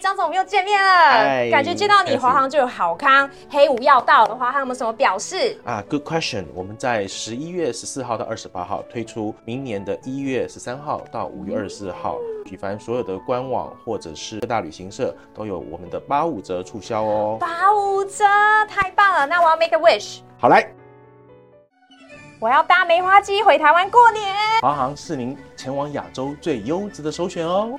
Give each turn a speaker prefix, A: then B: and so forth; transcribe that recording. A: 张总，我们又见面了，
B: 嗨
A: 感觉见到你，
B: Cathy
A: 华航就有好康，黑五要到了，华航有没有什么表示？
B: 啊，Good question！我们在十一月十四号到二十八号推出明年的一月十三号到五月二十四号，举凡所有的官网或者是各大旅行社都有我们的八五折促销哦。
A: 八五折，太棒了！那我要 make a wish，
B: 好来，
A: 我要搭梅花机回台湾过年。
B: 华航是您前往亚洲最优质的首选哦。